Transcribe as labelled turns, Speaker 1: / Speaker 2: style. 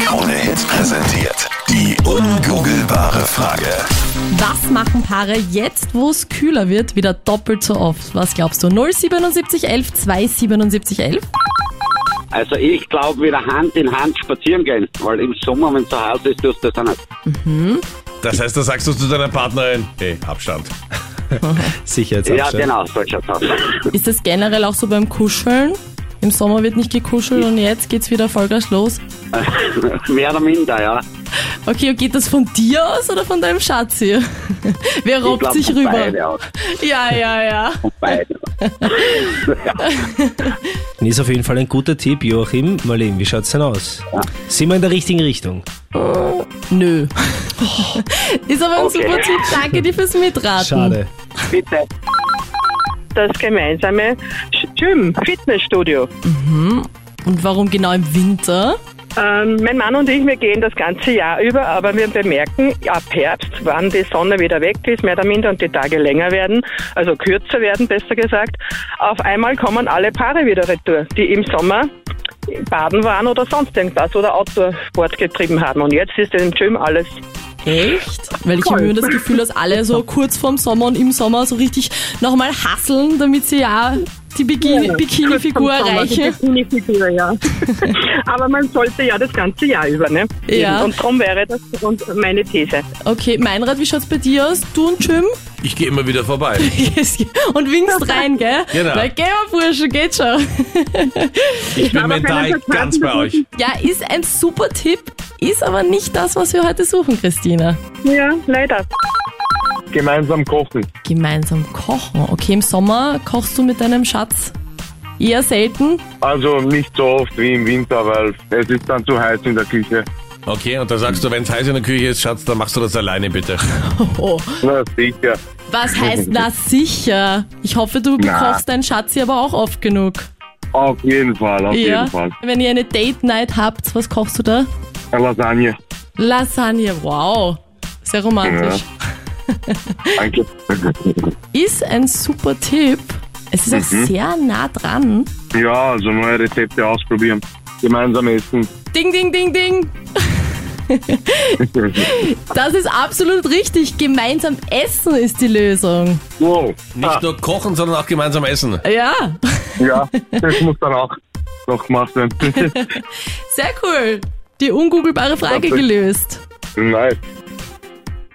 Speaker 1: Welt präsentiert. Die ungoogelbare Frage.
Speaker 2: Was machen Paare jetzt, wo es kühler wird, wieder doppelt so oft? Was glaubst du? 07711 27711?
Speaker 3: Also ich glaube, wieder Hand in Hand spazieren gehen, weil im Sommer, wenn es so heiß ist, tust du das auch nicht.
Speaker 4: Das heißt, da sagst du zu deiner Partnerin, hey, Abstand.
Speaker 3: Ja,
Speaker 5: Sicherheitsabstand.
Speaker 3: genau, so schaut's aus.
Speaker 2: Ist das generell auch so beim Kuscheln? Im Sommer wird nicht gekuschelt und jetzt geht's wieder Vollgas los.
Speaker 3: Mehr oder minder, ja.
Speaker 2: Okay, und geht das von dir aus oder von deinem Schatz hier? Wer
Speaker 3: Ich
Speaker 2: robbt
Speaker 3: glaub,
Speaker 2: sich
Speaker 3: von
Speaker 2: rüber?
Speaker 3: Beide aus.
Speaker 2: Ja, ja, ja.
Speaker 3: Von beiden.
Speaker 5: Ist auf jeden Fall ein guter Tipp, Joachim. Marlene, wie schaut's denn aus? Sind wir in der richtigen Richtung?
Speaker 2: Nö. Ist aber ein
Speaker 3: Okay.
Speaker 2: super Tipp. Danke dir fürs Mitraten.
Speaker 5: Schade.
Speaker 3: Bitte.
Speaker 6: das gemeinsame Gym, Fitnessstudio.
Speaker 2: Und warum genau im Winter?
Speaker 6: Ähm, mein Mann und ich, wir gehen das ganze Jahr über, aber wir bemerken ab Herbst, wann die Sonne wieder weg ist, mehr oder minder, und die Tage länger werden, also kürzer werden, besser gesagt. Auf einmal kommen alle Paare wieder retour, die im Sommer baden waren oder sonst irgendwas oder Outdoor-Sport getrieben haben. Und jetzt ist im Gym alles
Speaker 2: Echt? Weil ich habe immer das Gefühl, dass alle so kurz vorm Sommer und im Sommer so richtig nochmal hasseln, damit sie ja die Bikini- Bikini-Figur erreichen.
Speaker 6: Bikini-Figur, ja. Aber man sollte ja das ganze Jahr über, ne?
Speaker 2: Ja.
Speaker 6: Und darum wäre das und meine These.
Speaker 2: Okay, Meinrad, wie schaut's bei dir aus? Du und Jim?
Speaker 4: Ich gehe immer wieder vorbei.
Speaker 2: und winkst rein, gell?
Speaker 4: Genau.
Speaker 2: Weil, geh mal, Bursche, geht schon.
Speaker 4: Ich bin
Speaker 6: aber
Speaker 4: mental
Speaker 6: keine Vertrauen,
Speaker 4: ganz bei
Speaker 6: das
Speaker 4: euch.
Speaker 2: Ja, ist ein super Tipp, ist aber nicht das, was wir heute suchen, Christina.
Speaker 6: Ja, leider.
Speaker 7: gemeinsam kochen.
Speaker 2: Gemeinsam kochen. Okay, im Sommer kochst du mit deinem Schatz eher selten.
Speaker 7: Also nicht so oft wie im Winter, weil es ist dann zu heiß in der Küche.
Speaker 4: Okay, und da sagst du, wenn es heiß in der Küche ist, Schatz, dann machst du das alleine bitte.
Speaker 2: Oh,
Speaker 7: Na sicher.
Speaker 2: was heißt na sicher? Ich hoffe, du
Speaker 7: Na.
Speaker 2: bekochst deinen Schatz hier aber auch oft genug.
Speaker 7: Auf jeden Fall, auf jeden Fall.
Speaker 2: Wenn ihr eine Date Night habt, was kochst du da?
Speaker 7: Eine Lasagne.
Speaker 2: Lasagne, wow. Sehr romantisch.
Speaker 7: Danke.
Speaker 2: Ist ein super Tipp. Es ist
Speaker 7: Mhm.
Speaker 2: auch sehr nah dran.
Speaker 7: ja, also neue Rezepte ausprobieren. Gemeinsam essen.
Speaker 2: Ding, ding, ding, ding. Das ist absolut richtig. Gemeinsam essen ist die Lösung.
Speaker 7: wow.
Speaker 6: Ah.
Speaker 7: Ah,
Speaker 4: Nicht nur kochen, sondern auch gemeinsam essen.
Speaker 2: Ja,
Speaker 7: Ja, das muss dann auch noch gemacht werden.
Speaker 2: sehr cool. Die ungoogelbare Frage
Speaker 7: Perfekt.
Speaker 2: gelöst.
Speaker 7: nice.